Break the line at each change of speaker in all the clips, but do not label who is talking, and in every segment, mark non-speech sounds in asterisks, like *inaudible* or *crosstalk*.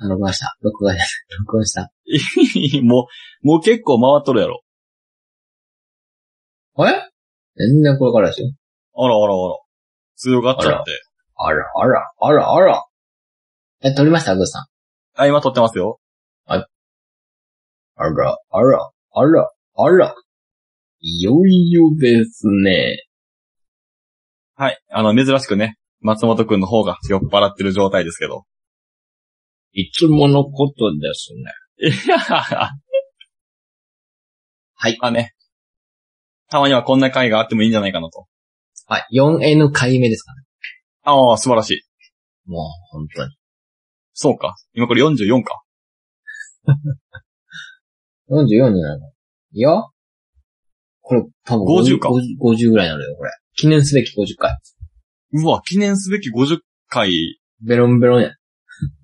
あ録画した。録画です。録音した。
*laughs* もう、もう結構回っとるやろ。
え全然これからですよ。
あらあらあら。強がっちゃって。
あら、あら、あら、あら。え、撮りましたグーさん。
あ今撮ってますよ。
あら、あら、あら、あら。いよいよですね。
はい。あの、珍しくね、松本くんの方が酔っ払ってる状態ですけど。
いつものことですね。。
いやはいまあね。たまにはこんな回があってもいいんじゃないかなと。
はい、4N 回目ですかね。
ああ、素晴らしい。
もう、本当に。
そうか。今これ44か。
44になるのいやこれ、多分
50か
50 50ぐらいになるよ、これ。記念すべき50回。
うわ、記念すべき50回。
ベロンベロンや。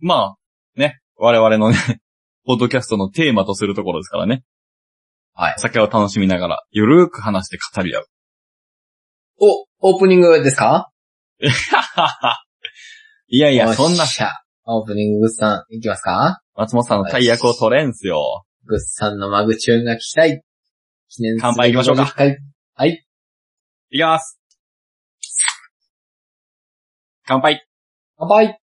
まあ、ね。我々のね、 *laughs* ポッドキャストのテーマとするところですからね。
はい。
酒を楽しみながら、ゆるーく話して語り合う。
お、オープニングですか
いやい
い
や、そんな、
オープニンググッさん、いきますか
松本さんの大役を取れんすよ。
グッさんのマグチューンが聞きたい。記念すべき
乾杯行きましょうか
50回。
いきます。乾杯。
乾杯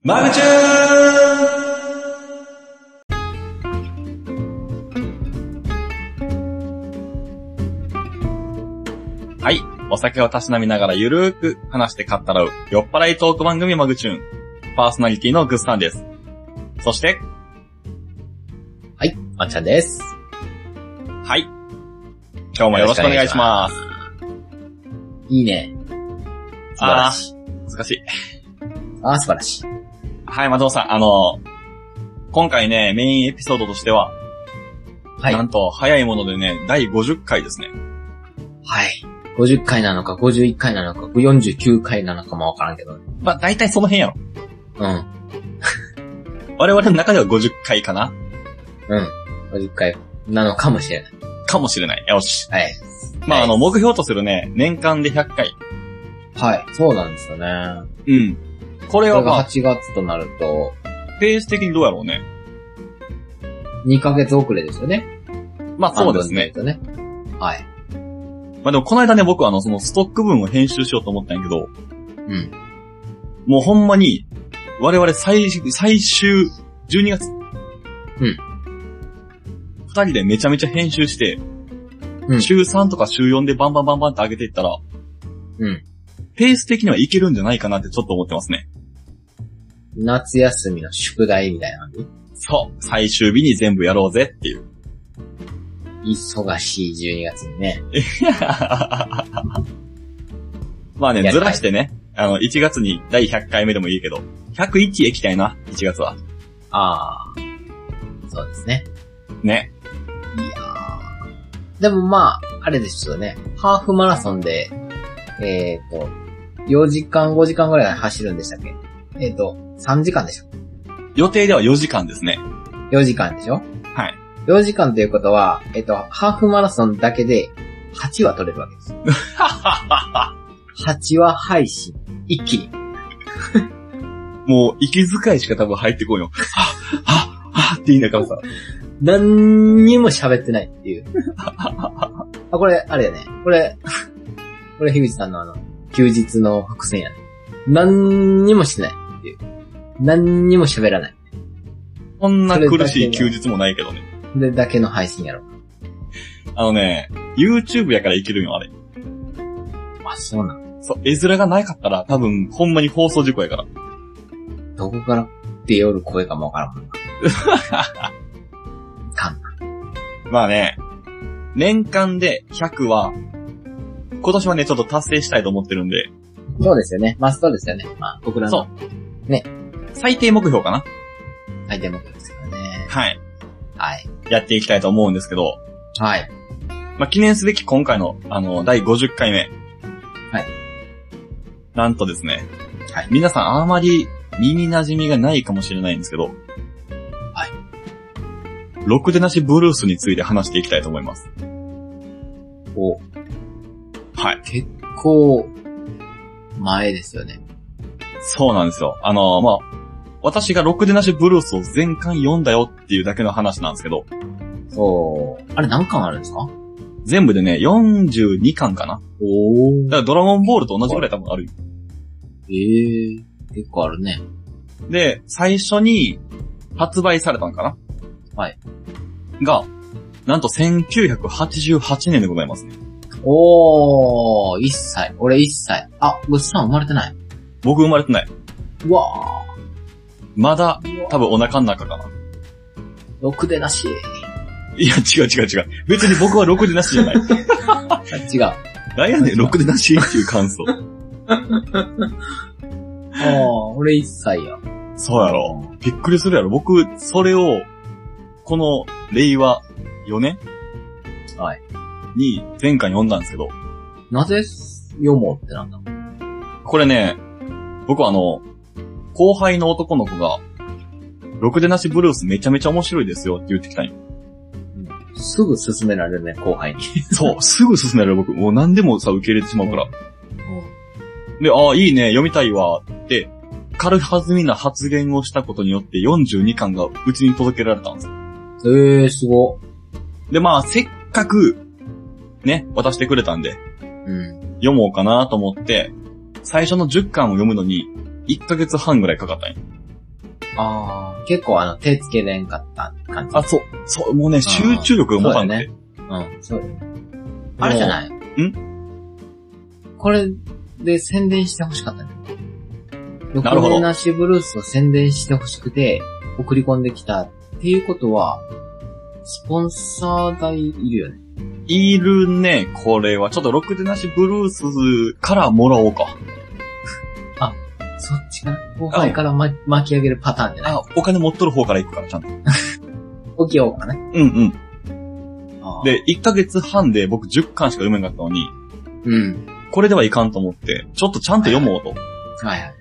マグチューンはい。お酒をたしなみながらゆるーく話して語らう酔っ払いトーク番組マグチューン。パーソナリティのグッさんです。そして、
はい、まっちゃんです。
はい。今日もよろしくお願いします。
いいね。素晴らしい。
難しい。
ああー、素晴らしい。
はい、松本さん、あの、今回ね、メインエピソードとしては、
はい
な。んと、早いものでね、第50回ですね。
はい。50回なのか、51回なのか、49回なのかもわからんけどね。
まあ、大体その辺やろ。
うん。
我々の中では50回かな
うん。50回なのかもしれない。
かもしれない。よし。
はい。
まあ、あ
はい
の、目標とするね、年間で100回。
はい。そうなんですよね。
うん。これ
こ
は
れ
ま
が
あ、
8月となると、
ペース的にどうやろうね。
2ヶ月遅れですよね。
まあ、そうですね。
半分で言うとね。はい。
まあ、でもこの間ね、僕はあの、そのストック分を編集しようと思ったんやけど、
うん。
もうほんまに、我々最、最終、12月。
うん。
二人でめちゃめちゃ編集して、
うん
週3とか週4でバンバンバンバンって上げていったら、
うん。
ペース的にはいけるんじゃないかなってちょっと思ってますね。
夏休みの宿題みたいなの
そう。最終日に全部やろうぜっていう。
に忙しい12月にね。
*laughs* まあ
やりた
ね、
い
ずらしてね、あの、1月に第100回目でもいいけど、101へ行きたいな、1月は。
ああ。そうですね。
ね。
でもまあ、あれですよね。ハーフマラソンで、えっ、と、4時間、5時間ぐらい走るんでしたっけえっ、と、3時間でしょ
予定では4時間ですね。
?4 時間でしょ
はい。
4時間ということは、えっ、と、ハーフマラソンだけで8は取れるわけで
*laughs*
す。8は配信。一気に。
もう、息遣いしか多分入ってこんよ。 *laughs* はっ、はっ、はっって言いながらさ。
何にも喋ってない *laughs* っていう。あ、これ、あれやね。これ、これ、樋口さんのあの、休日の伏線やね。何にもしてないっていう。何にも喋らない。
こんな苦しい休日もないけどね。
それだけの配信やろ。
あのね、YouTube やからいけるんよ、あれ。
あ、そうなん。
そう、絵面がなかったら、多分、ほんまに放送事故やから。
どこから出よる声かもわからんもんな。かんな。
まあね、年間で100は、今年はね、ちょっと達成したいと思ってるんで、
そうですよね。マストですよね。まあ、僕ら
そ
の
最低目標かな
相手目標ですからね。
はい。
はい。
やっていきたいと思うんですけど、
はい。
まあ、記念すべき今回の、あの、第50回目。
はい。
なんとですね、
はい
皆さんあまり耳馴染みがないかもしれないんですけど、
はい。
ろくでなしブルースについて話していきたいと思います。
お、
はい。
こう、前ですよね。
そうなんですよ。あの、まあ、私がロックでなしブルースを全巻読んだよっていうだけの話なんですけど、
おあれ何巻あるんですか
全部でね、42巻かな
お
だからドラゴンボールと同じぐらい多分あるよ。
ええ結構あるね。
で、最初に発売されたんかな
はい。
が、なんと1988年でございますね。
おー、1歳。俺1歳。あ、ぐっさん生まれてない。
僕生まれてない。
うわ
まだ、
ー。
多分お腹の中かな。
ろくでなし。
いや、違う違う違う。別に僕はろくでなしじ
*laughs*
ゃない。
あ違う。
なんやねん、ろくでなしっていう感想。
ああ、俺1歳や。
そうやろ。びっくりするやろ。僕、それを、この、令和4年
はい。
に、前回読んだんですけど、
なぜ読もうってなんだ
これね、僕はあの、後輩の男の子が、ろくでなしブルースめちゃめちゃ面白いですよって言ってきたんよ。
すぐ勧められるね、後輩に。
*laughs* そう、すぐ進められる僕。もう何でもさ、受け入れてしまうから。で、ああ、いいね、読みたいわ、って、軽はずみな発言をしたことによって42巻がうちに届けられたんです。
ええー、すご。
で、まあ、せっかく、ね、渡してくれたんで、
うん。
読もうかなと思って、最初の10巻を読むのに、1ヶ月半ぐらいかかったんよ。
ああ、結構あの、手つけれんかった感じ。
あ、そう、そう、もうね、集中力が持たんくて。
うん、そうだよね。あれじゃないんこれで宣伝してほしかったね。ろ
なるほ
く
ど
でなしブルースを宣伝してほしくて、送り込んできたっていうことは、スポンサー代いるよね。
いるね、これは。ちょっとろくでなしブルースからもらおうか。
そっちかな後輩からま巻き上げるパターンじゃない
あ、お金持っとる方から行くから、ちゃんと。
起きようかね。
うんうん。
あー、
で、1ヶ月半で僕10巻しか読めなかったのに、
うん。
これではいかんと思って、ちょっとちゃんと読もうと。
はいはい。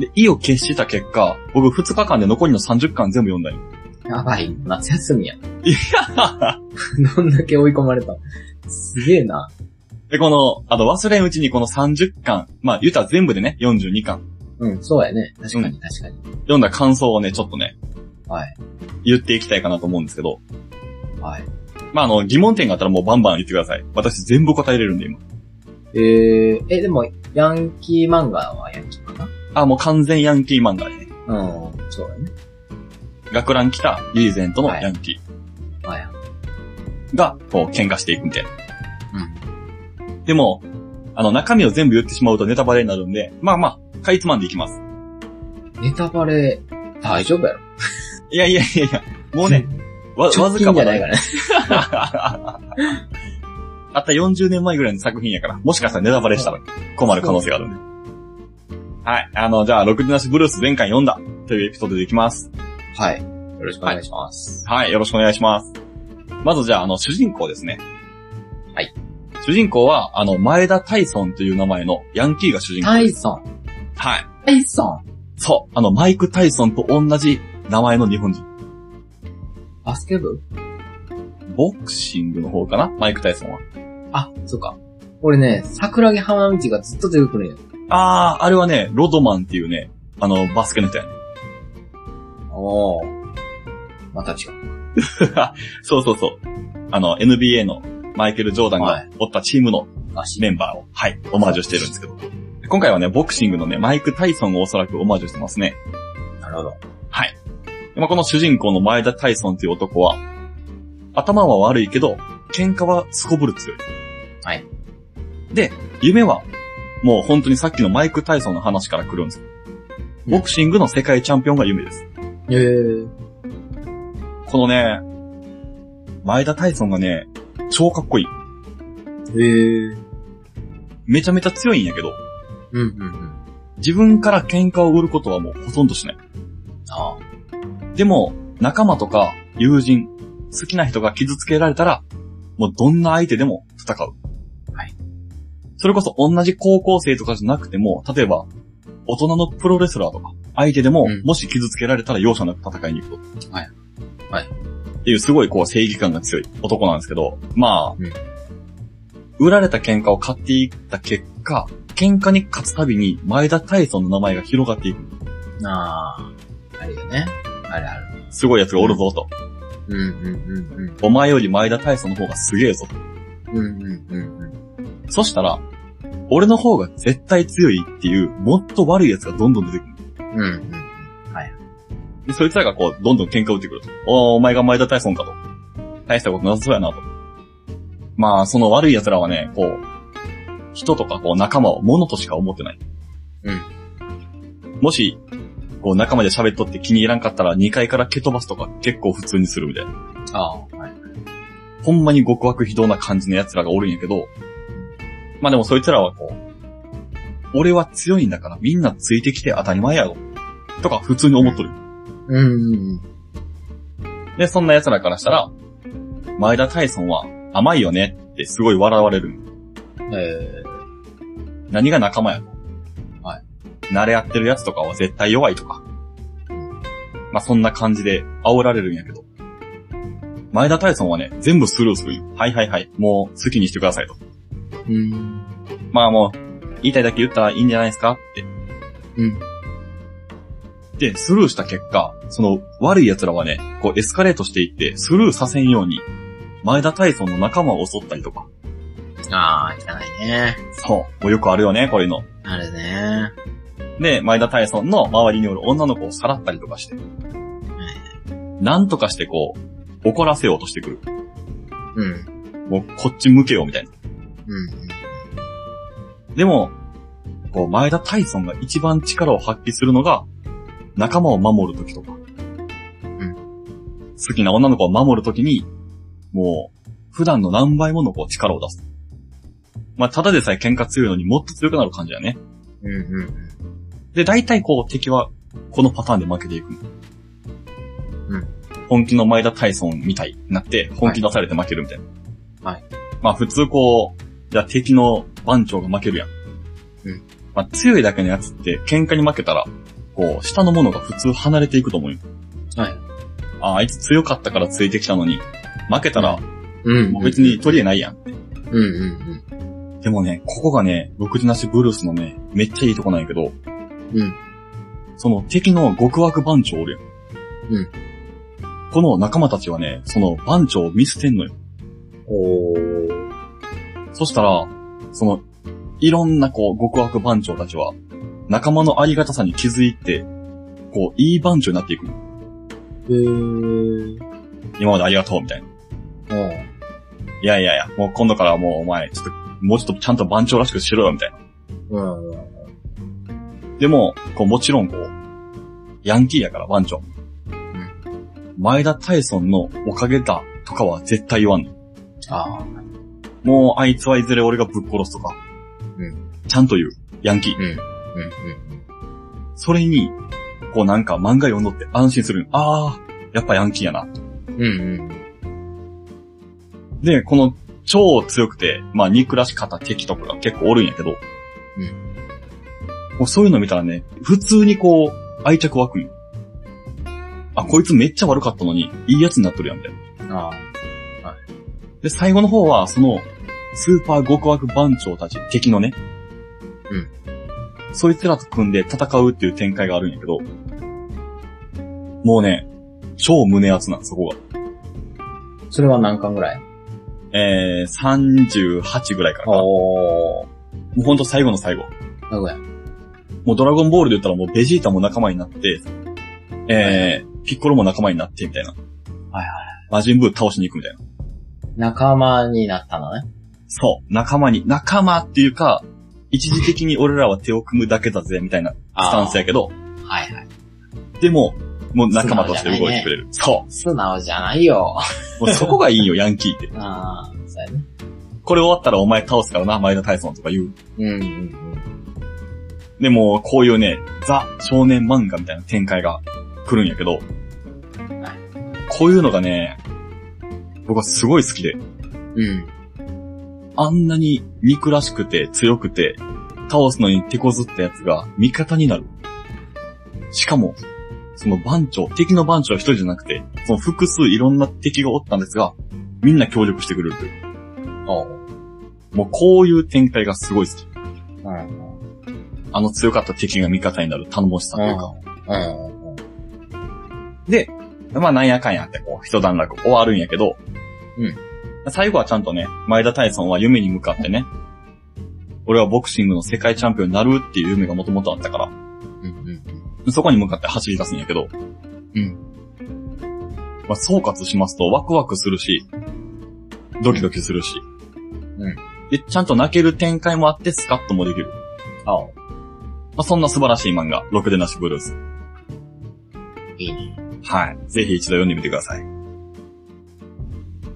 で、意を決した結果、僕2日間で残りの30巻全部読んだんよ。
やばい。夏休みや。
い
や *laughs* どんだけ追い込まれたのすげえな。
で、この、あと忘れんうちにこの30巻、まあ、言うたら全部でね、42巻。
うん、そうやね。確か
う
に確かに。
読んだ感想をね、ちょっとね、
はい。
言っていきたいかなと思うんですけど、
はい。
まあ、あの、疑問点があったらもうバンバン言ってください。私全部答えれるんで、今。
えー、え、でも、ヤンキー漫画はヤンキーか
あ、もう完全ヤンキー漫画ね。
なうん、そうやね。
学ラン来たリーゼントのヤンキ
はい。
ーが、こう、喧嘩していくみたいな。
うん。
でも、あの、中身を全部言ってしまうとネタバレになるんで、まあまあ、かいつまんでいきます。
ネタバレ、大丈夫やろ。
いやいやいやいや、もうね、わ、わ
直
ずか
近じ
ま
ゃない
で。
からね。
あった40年前ぐらいの作品やから、もしかしたらネタバレしたら困る可能性があるんで。はい。あの、じゃあ、ろくでなしブルース前回読んだというエピソードでいきます。
*laughs* はい。よろしくお願いします。
はい、よろしくお願いします。まずじゃあ、あの、主人公ですね。
はい。
主人公は、あの、前田タイソンという名前のヤンキーが主人公。
タイソン。
はい。
タイソン。
そう、あの、マイク・タイソンと同じ名前の日本人。
バスケ部
ボクシングの方かなマイク・タイソンは。
あ、そうか。俺ね、桜木花道がずっと出てくるんよ。
あー、あれはね、ロドマンっていうね、あの、バスケの人やね。
おお。また違う。
そうそうそう。あの、NBA のマイケル・ジョーダン
は
がおったチームの
昔
メンバーを、はい、オマージュしてるんですけど。今回はね、ボクシングのね、マイク・タイソンをおそらくオマージュしてますね。
なるほど。
でまあ、この主人公の前田タイソンという男は、頭は悪いけど、喧嘩はすこぶる強い。
はい。
で、夢は、もう本当にさっきのマイク・タイソンの話から来るんですよボクシングの世界チャンピオンが夢です。
えー、
このね、前田タイソンがね、超かっこいい。
えー、
めちゃめちゃ強いんやけど、
うんうんうん。
自分から喧嘩を売ることはもうほとんどしない。
あ
でも、仲間とか友人、好きな人が傷つけられたら、もうどんな相手でも戦う。
はい。
それこそ同じ高校生とかじゃなくても、例えば、大人のプロレスラーとか、相手でも、
うん
もし傷つけられたら容赦なく戦いに行くと。
はい。はい。
っていうすごいこう正義感が強い男なんですけど、まあ、
うん
売られた喧嘩を買っていった結果、喧嘩に勝つたびに、前田大尊の名前が広がっていく。
ああ、あるよね。あるある。
すごい奴がおるぞと。
うんうんうん
お前より前田大尊の方がすげえぞと。
うん。うんうんうんうん。
そしたら、俺の方が絶対強いっていう、もっと悪い奴がどんどん出てくる。
うんうん。
で、そいつらがこう、どんどん喧嘩打ってくると。おーお前が前田大孫かと。大したことなさそうやなと。まあ、その悪い奴らはね、こう、人とかこう仲間を物としか思ってない。うん。もし、こう仲間で喋っとって気に入らんかったら2階から蹴飛ばすとか結構普通にするみたいな。
ああ、はい。
ほんまに極悪非道な感じの奴らがおるんやけど、まあでもそいつらはこう、俺は強いんだからみんなついてきて当たり前やろ。とか普通に思っとる。
うんうん
で、そんな奴らからしたら、前田大孫は甘いよねってすごい笑われる。
うん。え
何が仲間や。
はい
慣れ合ってる奴とかは絶対弱いとか。まあ、そんな感じで煽られるんやけど。前田大孫はね、全部スルーするよ。はいはいはい。もう好きにしてくださいと。
えうん。
まあもう、言いたいだけ言ったらいいんじゃないですかって。
うん。
で、スルーした結果、その悪い奴らはね、こうエスカレートしていって、スルーさせんように、前田大孫の仲間を襲ったりとか。
ああ、汚いね。
そう。もうよくあるよね、こういうの。
あるね。
で、前田大孫の周りにおる女の子をさらったりとかして。なんとかしてこう、怒らせようとしてくる。
うん。
もうこっち向けようみたいな。
うん
でも、こう、前田大孫が一番力を発揮するのが、仲間を守るときとか。
ん
好きな女の子を守るときに、もう、普段の何倍ものこう力を出す。まあ、ただでさえ喧嘩強いのにもっと強くなる感じだね。
うん。うんうん
で、大体こう敵はこのパターンで負けていく。
うん。
本気の前田大孫みたいになって、本気出されて負けるみたいな。
はい。
まあ普通こう、じゃあ敵の番長が負けるやん。
うん。
まあ強いだけのやつって喧嘩に負けたら、こう、下のものが普通離れていくと思うよ。
はい。
あ、あいつ強かったからついてきたのに、負けたら、
うん。うん。
もう別に取り柄ないやん。
うんうん
でもね、ここがね、僕じなしブルースのね、めっちゃいいとこなんやけど、
うん。
その敵の極悪番長おる
う
やん。
ん。
この仲間たちはね、その番長を見捨てんのよ。
うん。おー。
そしたら、その、いろんなこう、極悪番長たちは、仲間のありがたさに気づいて、こう、いい番長になっていくの。
えー。
今までありがとう、みたいな。
おー。
いやいやいや、もう今度からもうお前、ちょっと、もうちょっとちゃんと番長らしくしろよ、みたいな。
うんうん。
でも、こう、もちろんこう、ヤンキーやから、番長。前田大孫のおかげだ、とかは絶対言わんの
ああ。
もうあいつはいずれ俺がぶっ殺すとか。
うん
ちゃんと言う。ヤンキー。
うんうん
それに、こうなんか漫画読んどって安心する。あー、やっぱヤンキーやな。
うん。うんうん。
で、この超強くて、まあ憎らしかった敵とかが結構おるんやけど。
うん
もうそういうの見たらね、普通にこう、愛着湧くんよあ、こいつめっちゃ悪かったのに、いいやつになっとるやん、みたいな。
ああ。
で、最後の方は、その、スーパー極悪番長たち、敵のね。
うん。
そいつらと組んで戦うっていう展開があるんやけど、もうね、超胸熱なん、そこが。
それは何巻ぐらい
えー、38ぐらいからかな。も
おー。
うほんと最後の最後。
名古屋。
もうドラゴンボールで言ったらもうベジータも仲間になって、えー、ピッコロも仲間になって、みたいな。はい
はい
魔人ブー倒しに行くみたいな。
仲間になったのね。
そう、仲間に、仲間っていうか、一時的に俺らは手を組むだけだぜ、みたいなスタンスやけど、
あー。はいはい。
でも、もう仲間として動いてくれる。そ
素直じゃないよ。
う。もうそこがいいよ、ヤンキーって。
ああ、そうやね。
これ終わったらお前倒すからな、前田大孫とか言う。
うんうん
でも、こういうね、ザ少年漫画みたいな展開が来るんやけど、こういうのがね、僕はすごい好きで、
うん。うん。
あんなに憎らしくて強くて、倒すのに手こずったやつが味方になる。しかも、その番長、敵の番長一人じゃなくて、その複数いろんな敵がおったんですが、みんな協力してくれるという。
おー。
もうこういう展開がすごい好き。
うん。
あの強かった敵が味方になる頼もしさというか。
うん。
で、まあなんやかんやってこう、一段落終わるんやけど、
うん。
最後はちゃんとね、前田大ソンは夢に向かってね、俺はボクシングの世界チャンピオンになるっていう夢がもともとあったから、
うん。うん。
そこに向かって走り出すんやけど。
うん。
まあ、総括しますと、ワクワクするし、ドキドキするし。
うん。
で、ちゃんと泣ける展開もあって、スカッともできる。
ああ。
まあ、そんな素晴らしい漫画、ろくでなしブルース。
いいね。
はい。ぜひ一度読んでみてください。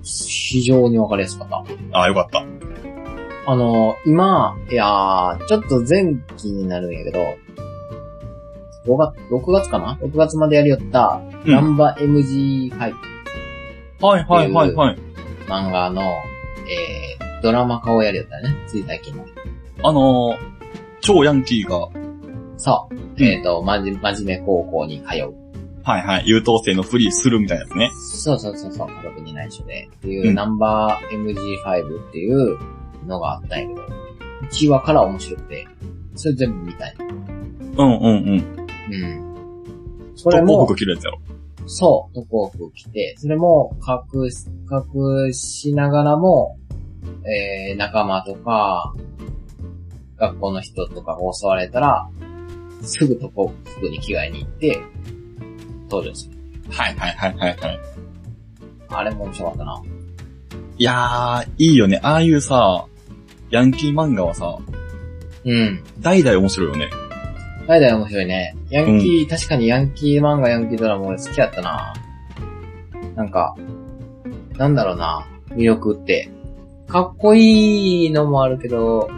非常にわかりやすかった。
ああ、よかった。
あの、今、いやー、ちょっと前期になるんやけど、5月、6月かな ?6 月までやりよった、
うん
ナンバ MG5 って
はいはいはいはい。
いう漫画の、えー、ドラマ化をやりよったね。つい最近の。
あのー、超ヤンキーが、は
そう。
うん
えっ、と、まじ、真面目高校に通う。
いはい、優等生のフリーするみたいなやつね。
そうそうそうそう、家族に内緒で。っていうう、
ん
ナンバー MG5 っていうのがあったんやけど、1話から面白くて、それ全部見たい。
うんうんうん。
うん。それ
特攻
も
服、着るやつやろ。
そう、特攻服着て、それも隠す、隠しながらも、えー、仲間とか、学校の人とかが襲われたら、すぐ特攻服に着替えに行って、登場する。
はいはいはいはいはい。
あれも面白かったな。
いやー、いいよね。ああいうさ、ヤンキー漫画はさ、
うん。
代々面白いよね。 *laughs*
ライダー面白いね。ヤンキー、確かにヤンキー漫画、ヤンキードラマ俺好きやったな。なんか、なんだろうな、魅力って。かっこいいのもあるけど、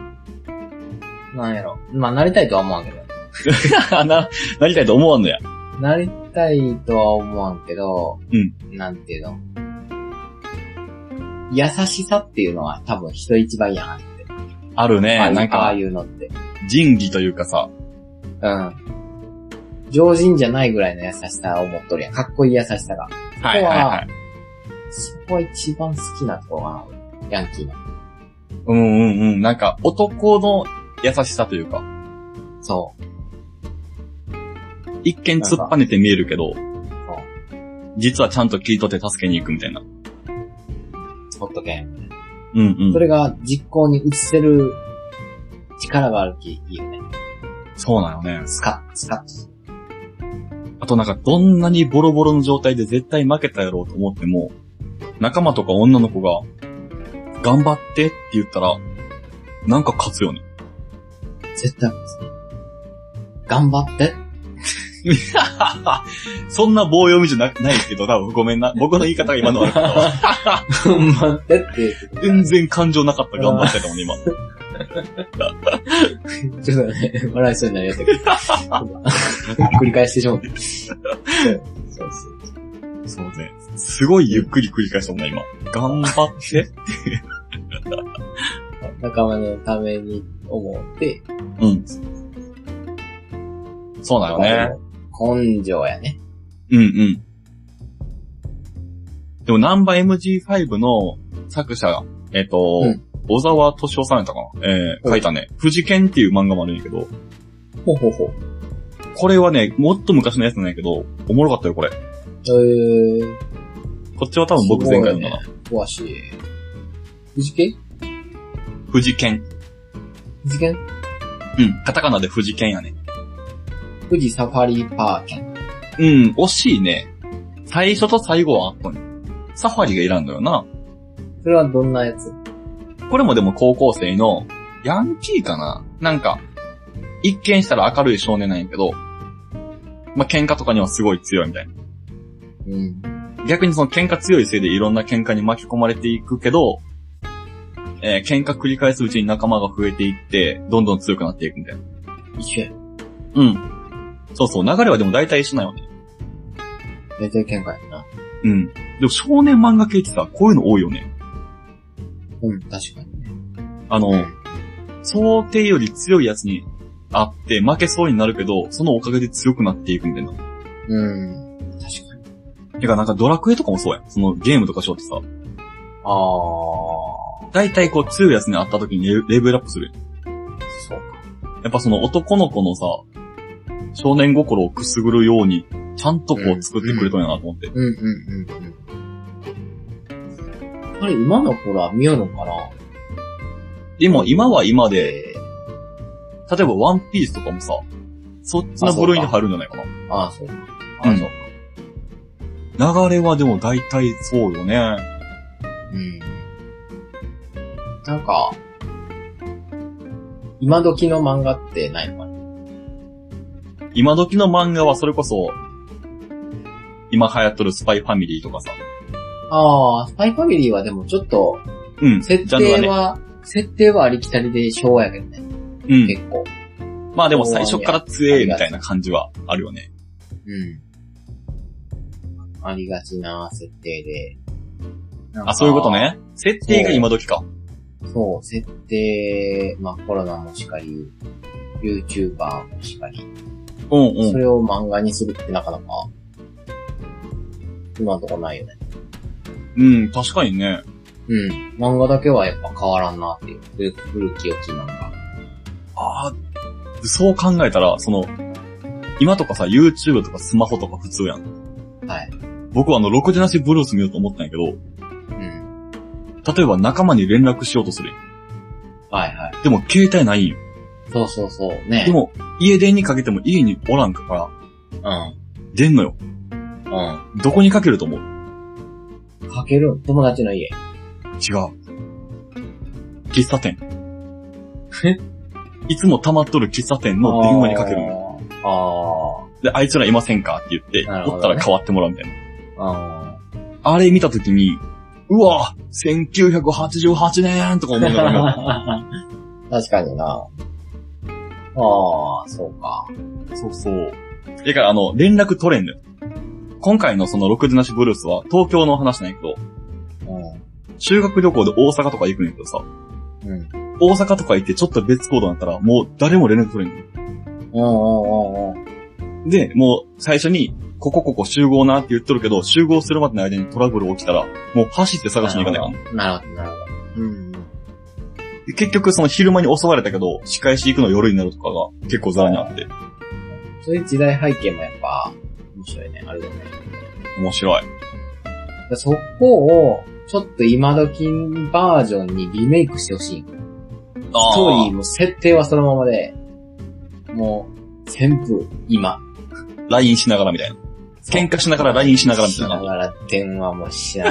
なんやろ。まあ、なりたいとは思わんけど。
な、なりたいと思わんのや。
なりたいとは思わんけど、
うん
なんていうの。優しさっていうのは多分人一倍やん。
あるね。
あ
なん
ああ
か、
いうのって。
仁義というかさ、
うん。常人じゃないぐらいの優しさを持っとるやん。かっこいい優しさが。
はいはいはい。
そこは一番好きなところかな、ヤンキーの。
うんうんうん。なんか、男の優しさというか、
そう。
一見突っ跳ねて見えるけど
か、
実はちゃんと聞いとって助けに行くみたいな。
ほっとけん。
うんうん。
それが実行に移せる力があるき、いいよね。
そうなのね。
スカッ、スカッ。
あとなんか、どんなにボロボロの状態で絶対負けたやろうと思っても、仲間とか女の子が、頑張ってって言ったら、なんか勝つよね。
絶対ですね。頑張って。
そんな棒読みじゃなないけど、多分ごめんな。僕の言い方が今の悪かったわ。
頑張ってっていうこと
全然感情なかった。頑張ってたもんね、今。
ちょっとね、笑いそうになりやすいけど。 *laughs* 繰り返してしまう。そうそうそう。
そうね。すごいゆっくり繰り返したもんね、今。頑張って。
仲間のために思って、
うん。そうなのね。
根性やね。
うんうん。でも、ナンバー MG5 の作者が、えっ、と、
うん
小沢敏夫さんやったかなえー、
うん
書いたね、富士犬っていう漫画もあるんやけど、
ほうほうほう。
これはね、もっと昔のやつなんやけど、おもろかったよ、これ。
えー、
こっちは多分僕前回のかな。
詳しい。富士系
富士犬。
富士県
うん。カタカナで富士犬やね。
富士サファリパー県。
うん、惜しいね。最初と最後はあったね。サファリがいらんのよな。
それはどんなやつ
これもでも高校生の、ヤンキーかななんか、一見したら明るい少年なんやけど、まあ、喧嘩とかにはすごい強いみたいな。
うん。
逆にその喧嘩強いせいでいろんな喧嘩に巻き込まれていくけど、えー喧嘩繰り返すうちに仲間が増えていって、どんどん強くなっていくみたいな。
一緒や。
うん。そうそう、流れはでも大体一緒なんよね。
大体喧嘩やな。
うん。でも少年漫画系ってさ、こういうの多いよね。
うん、確かにね。
あの、
うん
想定より強いやつにあって、負けそうになるけど、そのおかげで強くなっていくみたいな。
うん。確かに。
てかなんかドラクエとかもそうやん。そのゲームとかしようってさ、
あー、
大体こう強いやつに会った時にレレベルアップするやん。
そうか。
やっぱその男の子のさ、少年心をくすぐるように、ちゃんとこう作ってくれたんやなと思って。
うんうんうんうん。あれ、今の子ら見よるのかな
でも今は今で、例えばワンピースとかもさ、そっちの部類に入るんじゃないか
ああ、そうか。ああ、そうか。
な。流れはでも大体そうよね。
うん。なんか、今時の漫画ってないのかな
今時の漫画はそれこそ、今流行っとるスパイファミリーとかさ。
ああ、スパイファミリーはでもちょっと、
うん。
設
ジャン
定
ルはね。
は、設定はありきたりで昭和やけどね、
うん。
結構。
まあでも最初から強えみたいな感じはあるよね。
うん。ありがちな設定で。なんか
あ、そういうこと。ね。設定が今時か。
そう、設定、まあコロナもしかり、YouTuber もしかり、
うんう
そ
ん。
れを漫画にするってなかなか、今のとこないよね。
うん、確かにね。
うん。漫画だけはやっぱ変わらんなっていう。古古き良き漫画。
ああ、そう考えたら、その、今とかさ、YouTube とかスマホとか普通やん。
はい。
僕はあの、ろくでなしブルース見ようと思ったんやけど、
うん。
例えば仲間に連絡しようとするや
はいはい。
ん。でも携帯ないんよ。
そうそうそう。ね。
で、も、家電にかけても家におらんから、
う
出んのよ。
ん。う。
どこにかけると思うん
かける友達の家。
違う。喫茶店。いつも溜まっとる喫茶店の電話にかけるの。
あー
で、あいつらいませんかって言って、
なるほ
おっ
どね
たら変わってもらうみたいな。
あ
あれ見たときに、うわ !1988 年とか思いながら見よ
ー。 *laughs* 確かにな。ああー、そうか。*laughs*
う、そうそう。だからあの、連絡取れんのよ。今回のその6時なしブルースは東京の話なんやけど、
う
修学旅行で大阪とか行くんやけどさ、
ん。うん。
大阪とか行ってちょっと別行動になったら、もう誰も連絡取れんのよ。
うんうんうんうん。
で、もう最初に、ここここ集合なって言っとるけど、集合するまでの間にトラブル起きたら、もう走って探しに行かないかん
なるほど、なるほど。うん。
で結局その昼間に襲われたけど、仕返し行くの夜になるとかが結構ザラにあって、
そういう時代背景もやっぱ、面白いね。あるよね。
面白い。
そこを、ちょっと今時バージョンにリメイクしてほしい。ストーリーも設定はそのままで、もう、全部、今。
LINE しながらみたいな。喧嘩しながら LINE しながらみたい
しな
な。
がら、電話もしなが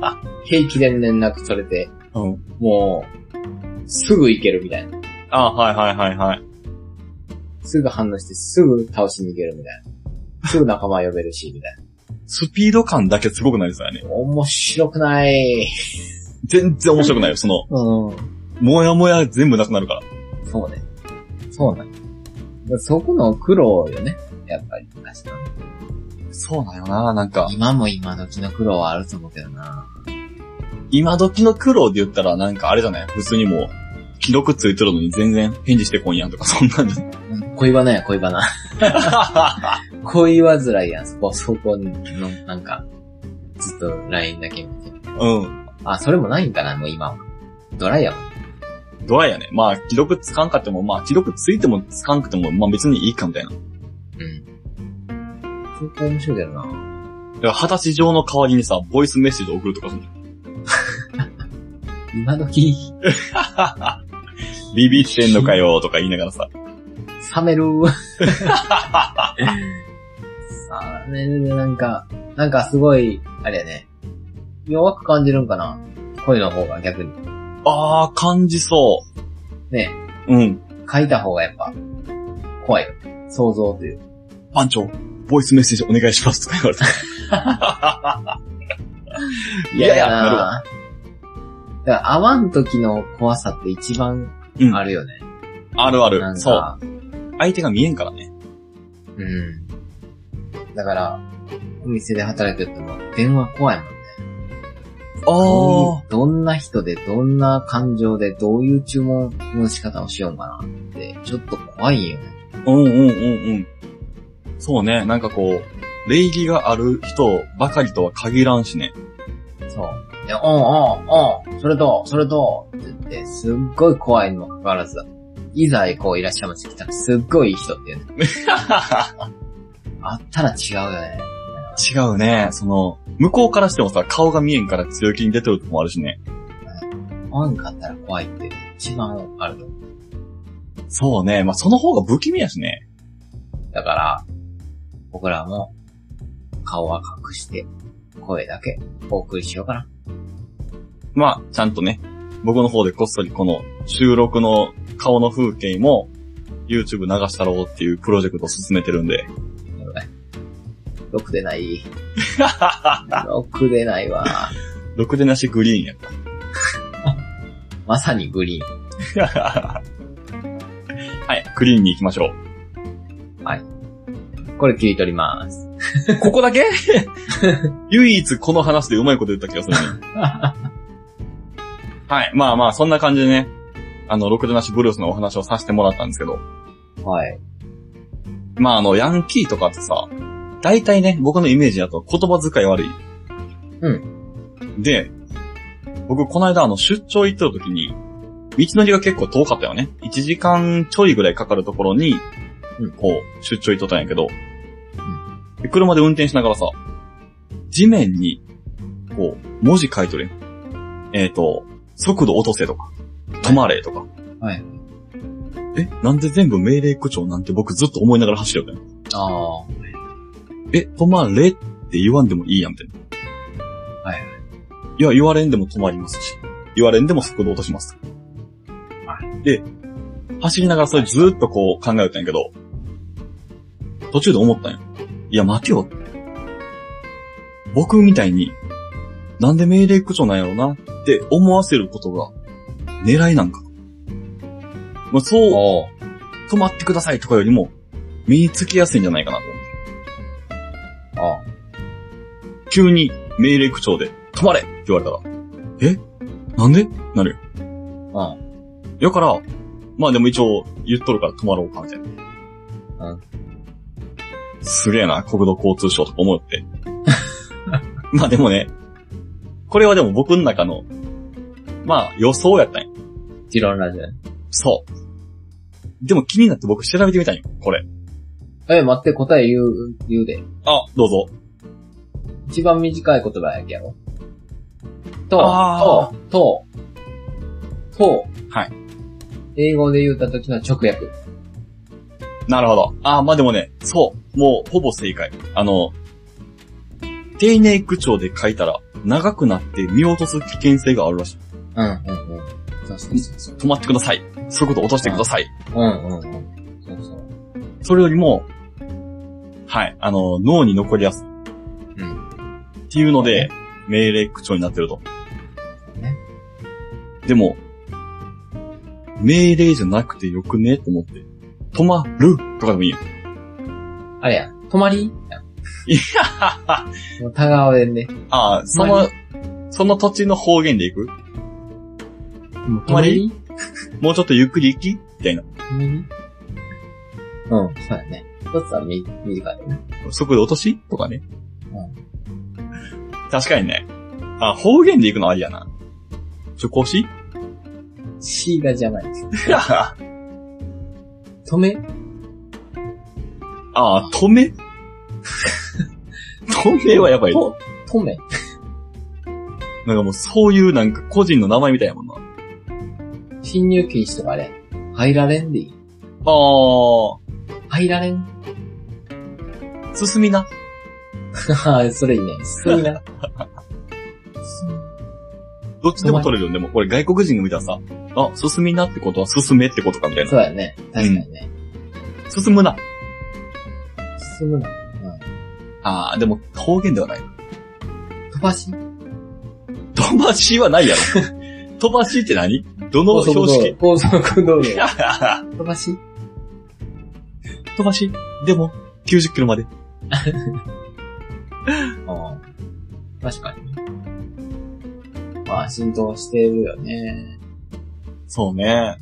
ら、
*laughs*
平気で連絡取れて、
うん。
もう、すぐ行けるみたいな。
あはいはいはいはい。
すぐ反応して、すぐ倒しに行けるみたいな。すぐ仲間呼べるし、みたい
スピード感だけすごくないですよね。
な。面白くない。
全然面白くないよ。その、
うん。
もやもや全部なくなるから。
そうね。そうなんだそこの苦労よね。やっぱり、昔の。
そうだよななんか、
今も今時の苦労はあると思うけどな。
今時の苦労で言ったらなんかあれじゃない普通にもう、既読ついてるのに全然返事してこんやんとか、 *laughs* そんなんじゃない
うん恋バナや、恋バナ。 *laughs* 恋はづらいやん、そこ、そこの、なんか、ずっと LINE だけ見てる。
うん。
あ、それもないんかな、もう今は。ドライやもん。
ドライやね。まあ、既読つかんかっても、まあ、既読ついてもつかんくても、まあ別にいいかみたいな。
うん。そこ面白いけどな。
だから、二十歳上の代わりにさ、ボイスメッセージ送るとかそんな、
今時、
ビビってんのかよとか言いながらさ、
冷める。冷めるで、なんか、なんかすごい、あれやね。弱く感じるんかな恋の方が逆に。
ああ、感じそ
ね、
う。うん。
書いた方がやっぱ、怖いよ。想像というか
番長、ボイスメッセージお願いしますとか言われた。 *laughs* いやいや、なるわ。
なだから、会わん時の怖さって一番
うん
あるよね。
あるあ
なん
る。そう。
か、
相手が見えんからね。
うん。だから、お店で働いてても、電話怖いもんね。どういうどんな人で、どんな感情で、どういう注文の仕方をしようかなって、ちょっと怖いよね。
うんうんうんうん。そうね、なんかこう、礼儀がある人ばかりとは限らんし *laughs* ね。
そう。で、おんおんおん、それと、それと、って言って、すっごい怖いにもかかわらず、いざこういらっしゃいます来たらすっごいいい人っていうの。あったら違うよね。
違うね。その、向こうからしてもさ、顔が見えんから強気に出てるとこもあるしね。
合わんかったら怖いって一番あると思う。
そうね。まあ、その方が不気味やしね。
だから、僕らも顔は隠して声だけお送りしようかな。
まあ、ちゃんとね、僕の方でこっそりこの収録の顔の風景も YouTube 流したろうっていうプロジェクトを進めてるんで。
ろくでない。ろくでないわ。
ろくでなしグリーンやった。
まさにグリー
*laughs* はい、グリーンに行きましょう。
ン。これ切り取ります。
ここだけ *laughs* 唯一この話でうまいこと言った気がする *laughs* ね。はい、まあまあ、そんな感じでね、あの、ろくでなしブルースのお話をさせてもらったんですけど、
はい。
まああの、ヤンキーとかってさ、大体ね、僕のイメージだと言葉遣い悪い。。
うん
で、僕この間あの出張行ってた時に、道のりが結構遠かったよね。1時間ちょいぐらいかかるところに、
うん
こう、出張行っとったんやけど、で車で運転しながらさ、地面に、こう、文字書いとるやん。えっ、と、速度落とせとか、止まれとか。
はい。
え、なんで全部命令口調なんて僕ずっと思いながら走ってたよ。
ああ。は
え、止まれって言わんでもいいやんって。
はい。
いや、言われんでも止まりますし、言われんでも速度落とします。はい。で、走りながらそれずーっとこう考えてたんやけど、途中で思ったんよ。いや、待てよ。僕みたいに、なんで命令口調なんやろうなって思わせることが狙いなんか。まあ、そう、
おー
止まってくださいとかよりも、身につきやすいんじゃないかなと思って。
あ
急に命令口調で、止まれって言われたら、えなんでなる
あ。うん。
よ。だから、まあでも一応言っとるから止まろうか、みたいな。
うん。
すげえな、国土交通省とか思うって。 *laughs* まあでもね、これはでも僕の中の、まあ予想やったんよ。
ジロンラジオ。
そう。でも気になって僕調べてみたんよ、これ。
え、待って、答え言う、言うで。
あ、どうぞ。
一番短い言葉やけやろ。と、
あ
と、と、と、
はい。
英語で言った時の直訳。
なるほど。あーまあでもね、そう。もう、ほぼ正解。あの、丁寧口調で書いたら、長くなって見落とす危険性があるらしい。
うん、うん、うん。そうそうそうそう。
止まってください。そういうこと落としてください。
うん、うん、うん。そうそう。
それよりも、はい、あの、脳に残りやすい。
うん。
っていうので、命令口調になってると。
ね
でも、命令じゃなくてよくねと思って。止まるとかでもいいよ。
あれや、泊まり
いや
もう田川弁で。
ああ、その、その土地の方言でいく
泊
まりもうちょっとゆっくり行きみたいな。
泊まりうん、そうやね。一つはみ短いよね。
速度落としとかね。確かにね。あ、方言で行くのありやな。ちょ、 *laughs* 腰
C がじゃないです。
あ
止め
あ、止 *laughs* め止めはやばい。
と、止め
なんかもうそういうなんか個人の名前みたいやもんな。あ
侵入禁止とかあれ、入られんでいい。
あ
入られん。、 *laughs*
進みな。
はい、それいいね。すい
*laughs*
な。
どっちでも取れるよ。でもこれ外国人が見たらさ、あ、進みなってことは進めってことかみたい
そう
な。
だよね。確かにね。
進むな。
進むな。
ああ、でも方言ではない。
飛ばし
*laughs* 飛ばしは *laughs* ないやろ。飛ばしって何どの標識
高速道路。
飛
飛ばし
ばしでも、90キロまで。
ああ。確かに。まあ、浸透してるよね。
そうね。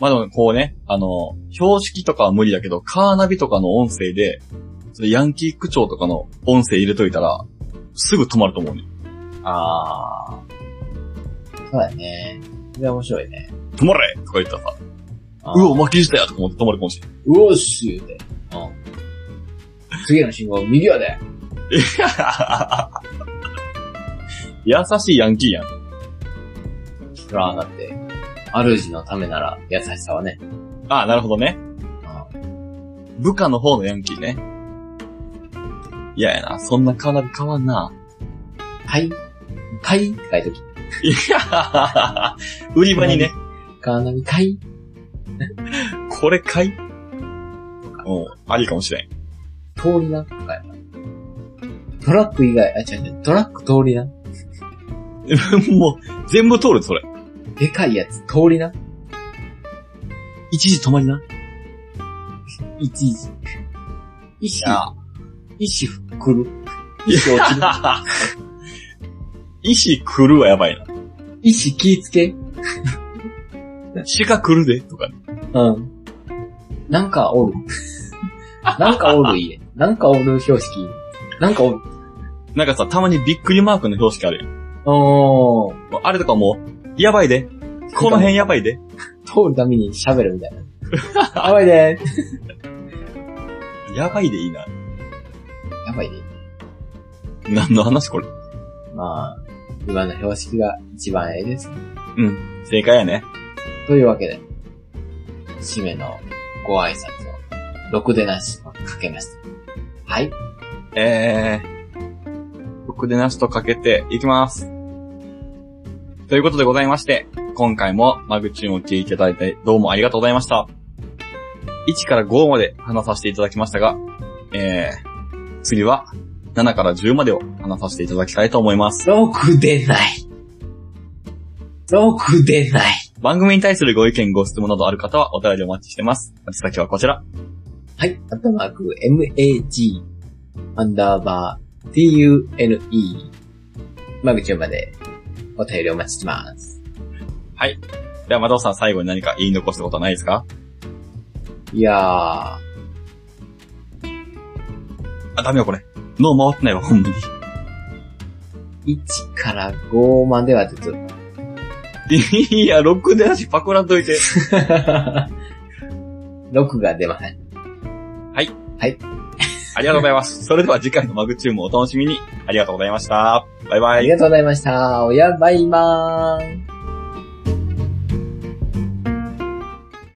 まあでも、こうね、あの、標識とかは無理だけど、カーナビとかの音声で、それヤンキー区長とかの音声入れといたら、すぐ止まると思うね。
ああ。そうだね。それは面白いね。
止まれとか言ったらさ、
あ
う
ー
お、巻き舌やとか思って止まるかもしれん。
うおっしゅーって。うん。次の信号、右やで。
優しいヤンキーやん。
そら、だって、主のためなら優しさはね。
ああ、なるほどね。
あ
部下の方のヤンキーね。いややな、そんな顔なんか変わん *laughs* な。
パイパイって書いとき。
いや売り場にね、
カーナビパイ
これかいうん、ありかもしれん。
通りなとかやなトラック以外、あ、違う違う、トラック通りな。
*laughs* もう、全部通る、それ。
でかいやつ通りな。
一時止まり *laughs* な。
いちいち。石、石来る。石落ちる。
石来るはやばいな。
石気ぃつけ。
鹿来るで、とか。
うん。なんかお
*laughs*
る。なんかおる家。なんかおる標識。なんかおる。
なんかさ、たまにびっくりマークの標識あるよ
おー。
あれとかもう、やばいで。この辺やばいで。
通るために喋るみたい
*laughs*
な。やばいね。
やばいでいいな。
やばいね。
何の話これ。
まあ、今の標識が一番ええです。
うん。正解やね。
というわけで、締めのご挨拶を、ろくでなしをかけました。はい。
えー、僕でなしとかけていきます。ということでございまして、今回もマグチューンを聞いていただいてどうもありがとうございました。1から5まで話させていただきましたが、えー、次は7から10までを話させていただきたいと思います。
ろくでない。ろくでない。
番組に対するご意見ご質問などある方はお便りお待ちしてます。宛先はこちら。
はい。アットマーク、mag、アンダーバー、tune、マグチューンまでお便りお待ちしてます。
では、マドさん最後に何か言い残したことはないですか
いや
あ、ダメよこれ。脳回ってないわ、ほんまに。
ー、1から5まではちょっと、 *laughs*
いや、6でなしパクらんといて。
6が出ません。
ありがとうございます。それでは次回のマグチューンもお楽しみに。ありがとうございました。バイバ
あ
イ
り。がとうございました。おやばいまーん。